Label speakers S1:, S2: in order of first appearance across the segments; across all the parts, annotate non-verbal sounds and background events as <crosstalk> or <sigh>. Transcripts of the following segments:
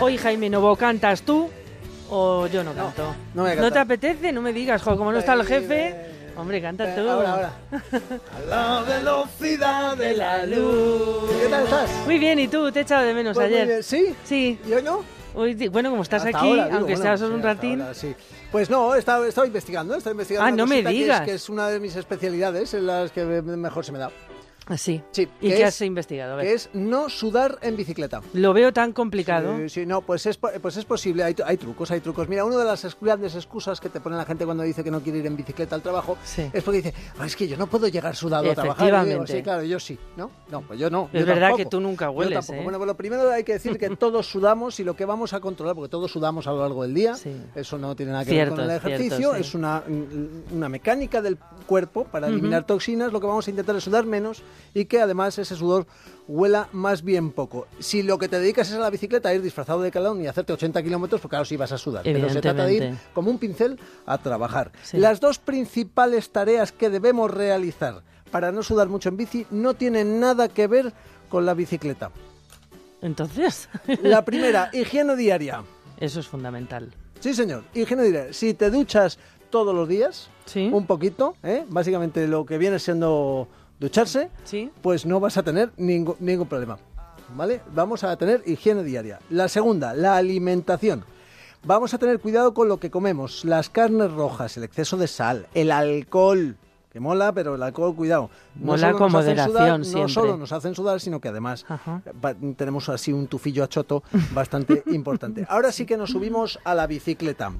S1: Hoy, Jaime Novo, ¿cantas tú o yo no
S2: No,
S1: canto?
S2: no voy a
S1: te
S2: cantar.
S1: apetece? No me digas, jo, como no está el jefe. Hombre, canta tú.
S2: eh, Ahora, ahora. A la velocidad de la luz. ¿Qué tal estás?
S1: Muy bien, ¿y tú? Te he echado de menos
S2: Pues muy
S1: Pues ayer.
S2: bien. ¿Sí?
S1: Sí.
S2: ¿Y hoy no?
S1: Hoy di- bueno, como estás
S2: Hasta
S1: aquí,
S2: ahora, digo,
S1: aunque
S2: bueno,
S1: estás solo
S2: sí,
S1: un
S2: hasta
S1: ratín.
S2: ahora, sí. Pues no, he estado, he estado investigando, he estado investigando.
S1: Ah,
S2: una
S1: no me
S2: cosita que es-
S1: digas.
S2: Que es, una de mis especialidades, en las que me- mejor se me da.
S1: Así.
S2: Sí,
S1: ¿Y
S2: que
S1: qué
S2: es-
S1: has investigado? A ver.
S2: Que es no sudar en bicicleta.
S1: Lo veo tan complicado.
S2: Sí, sí, no, pues es, po- pues es posible, hay, hay trucos, hay trucos. Mira, una de las ex- grandes excusas que te pone la gente cuando dice que no quiere ir en bicicleta al trabajo
S1: Sí.
S2: es porque dice, "Ah, es que yo no puedo llegar sudado a trabajar. Y digo,
S1: Efectivamente.
S2: sí, claro, yo sí, ¿no? No, pues yo no.
S1: Es
S2: yo
S1: verdad que
S2: tampoco.
S1: tú nunca
S2: Yo
S1: hueles,
S2: tampoco.
S1: ¿eh?
S2: Bueno, pues lo primero hay que decir que todos sudamos y lo que vamos a controlar, porque todos sudamos a lo largo del día,
S1: Sí.
S2: eso no tiene nada que
S1: Cierto,
S2: ver con el
S1: es cierto,
S2: ejercicio,
S1: sí.
S2: es una, una mecánica del cuerpo para eliminar toxinas, lo que vamos a intentar es sudar menos y que además ese sudor huela más bien poco. Si lo que te dedicas es a la bicicleta, ir disfrazado de calón y hacerte 80 kilómetros, pues claro, sí vas a sudar. Pero se trata de ir
S1: Evidentemente.
S2: como un pincel a trabajar.
S1: Sí.
S2: Las dos principales tareas que debemos realizar para no sudar mucho en bici no tienen nada que ver con
S1: <laughs>
S2: la bicicleta.
S1: Entonces, <laughs>
S2: La primera, higiene diaria.
S1: eso es fundamental.
S2: Sí, señor. Higiene diaria. Si te duchas todos los días,
S1: Sí.
S2: un poquito, ¿eh? básicamente lo que viene siendo ducharse,
S1: Sí.
S2: pues no vas a tener ningún, ningún problema. ¿Vale? Vamos a tener higiene diaria. La segunda, la alimentación. Vamos a tener cuidado con lo que comemos, las carnes rojas, el exceso de sal, el alcohol, que mola, pero el alcohol, cuidado.
S1: Mola
S2: solo
S1: con
S2: nos hacen
S1: moderación
S2: sudar, No
S1: siempre.
S2: solo nos hacen sudar, sino que además
S1: Ajá.
S2: va- tenemos así un tufillo a choto bastante importante. Ahora sí que nos subimos a la bicicleta.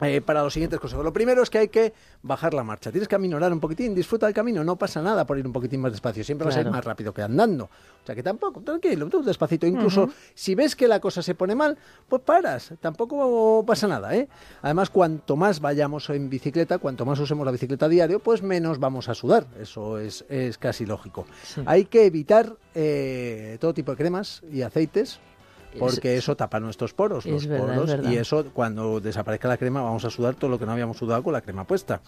S2: eh, para los siguientes consejos. Lo primero es que hay que bajar la marcha. Tienes que aminorar un poquitín, disfruta el camino, no pasa nada por ir un poquitín más despacio. Siempre vas a ir
S1: Claro.
S2: más rápido que andando. O sea que tampoco, tranquilo, tú despacito. Incluso si ves que la cosa se pone mal, pues paras. Tampoco pasa nada, ¿eh? Además, cuanto más vayamos en bicicleta, cuanto más usemos la bicicleta a diario, pues menos vamos a sudar. Eso es, es casi lógico. Hay que evitar eh, todo tipo de cremas y aceites. Porque eso tapa nuestros poros,
S1: es
S2: los
S1: verdad, es
S2: poros,
S1: verdad.
S2: y eso cuando desaparezca la crema vamos a sudar todo lo que no habíamos sudado con la crema puesta.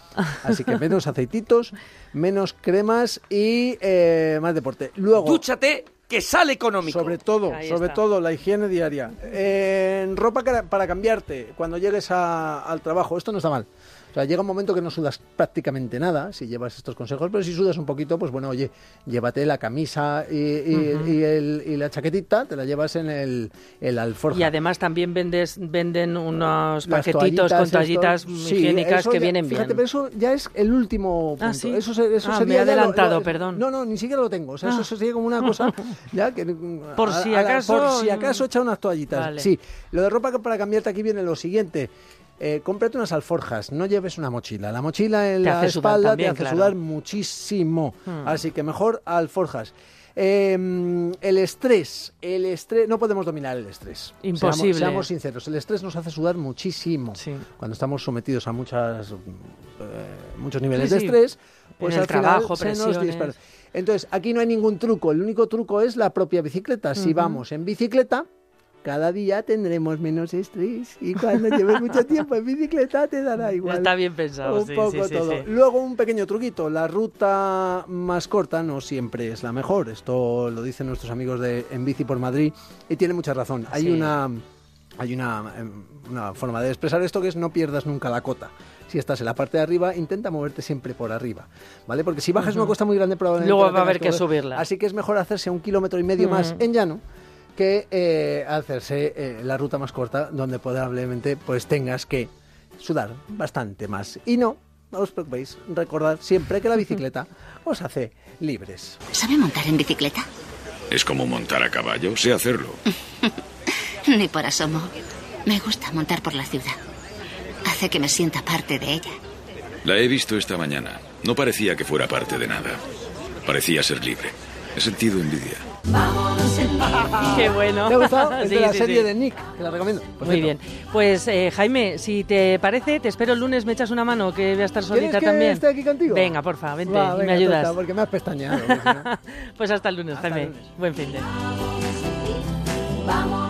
S2: Así que menos
S1: <laughs>
S2: aceititos, menos cremas y eh, más deporte. Luego,
S3: Dúchate que sale económico.
S2: sobre todo,
S1: Ahí
S2: sobre
S1: está.
S2: todo la higiene diaria. Eh, en ropa cara- para cambiarte cuando llegues a- al trabajo, esto no está mal. O sea, llega un momento que no sudas prácticamente nada si llevas estos consejos, pero si sudas un poquito, pues bueno, oye, llévate la camisa y, y- y el- y la chaquetita, te la llevas en el, el alforja.
S1: Y además también vendes, venden unos
S2: Las
S1: paquetitos con
S2: toallitas,
S1: toallitas
S2: esto- Sí,
S1: higiénicas
S2: eso
S1: que
S2: ya-
S1: vienen
S2: fíjate,
S1: bien.
S2: pero eso ya es el último punto.
S1: Ah, ¿sí?
S2: Eso, se- eso
S1: Ah,
S2: sería
S1: me he
S2: ya lo-
S1: adelantado,
S2: lo-
S1: perdón.
S2: No, no, ni siquiera lo tengo. O sea,
S1: Ah.
S2: eso sería como una
S1: <laughs>
S2: cosa ya que...
S1: Por
S2: a-
S1: si
S2: a la-
S1: acaso,
S2: Por si
S1: mm.
S2: acaso echa unas toallitas.
S1: Vale.
S2: Sí, lo de ropa que para cambiarte aquí viene lo siguiente. Eh, cómprate unas alforjas, no lleves una mochila. La mochila en
S1: Te
S2: la
S1: hace sudar
S2: espalda
S1: también,
S2: te hace
S1: claro. Hmm.
S2: sudar muchísimo. Así que mejor alforjas. Eh, el estrés, el estrés, no podemos dominar el estrés. Seamos-
S1: Imposible.
S2: seamos sinceros, el estrés nos hace sudar muchísimo.
S1: Sí.
S2: Cuando estamos sometidos a muchas, eh, muchos niveles
S1: Sí,
S2: de
S1: sí.
S2: estrés, pues
S1: En el
S2: al final
S1: trabajo,
S2: se nos
S1: presiones.
S2: dispara. Entonces, aquí no hay ningún truco. El único truco es la propia bicicleta. Si vamos en bicicleta, cada día tendremos menos estrés. Y cuando lleves mucho tiempo en bicicleta, te dará igual.
S1: <laughs> Está bien pensado,
S2: Un
S1: sí,
S2: poco
S1: sí, sí,
S2: todo.
S1: sí.
S2: Luego un pequeño truquito, la ruta más corta no siempre es la mejor, esto lo dicen nuestros amigos de En Bici por Madrid y tiene mucha razón. Hay
S1: Sí.
S2: una hay una, em, una forma de expresar esto que es no pierdas nunca la cota. Si estás en la parte de arriba, intenta moverte siempre por arriba, ¿vale? Porque si bajas una cuesta muy grande probablemente...
S1: Luego
S2: la
S1: va a
S2: tengas
S1: haber que
S2: volver.
S1: subirla.
S2: Así que es mejor hacerse un kilómetro y medio más en llano que eh, hacerse eh, la ruta más corta donde probablemente pues tengas que sudar bastante más. Y no, no os preocupéis, recordad siempre que la bicicleta os hace
S1: <laughs>
S2: libres.
S4: ¿Sabe montar en bicicleta?
S5: Es como montar a caballo, sé hacerlo.
S4: Ni por asomo. Me gusta montar por la ciudad. Hace que me sienta parte de ella.
S5: La he visto esta mañana. No parecía que fuera parte de nada. Parecía ser libre. He sentido envidia.
S1: <laughs> Qué bueno.
S2: ¿Te ha gustado? Es
S1: Sí,
S2: de la
S1: sí,
S2: serie
S1: sí.
S2: de Nick, que la recomiendo. Por
S1: Muy
S2: cierto.
S1: bien. Pues eh, Jaime, si te parece, te espero el lunes, me echas una mano, que voy a estar
S2: ¿Quieres
S1: solita
S2: que
S1: también.
S2: esté aquí contigo?
S1: Venga, porfa, vente
S2: Va,
S1: y me
S2: venga,
S1: ayudas. <laughs>
S2: tonta, porque me has pestañado. porque si no-
S1: pues hasta el lunes,
S2: Hasta el
S1: Jaime.
S2: lunes.
S1: Buen fin de.
S6: Vamos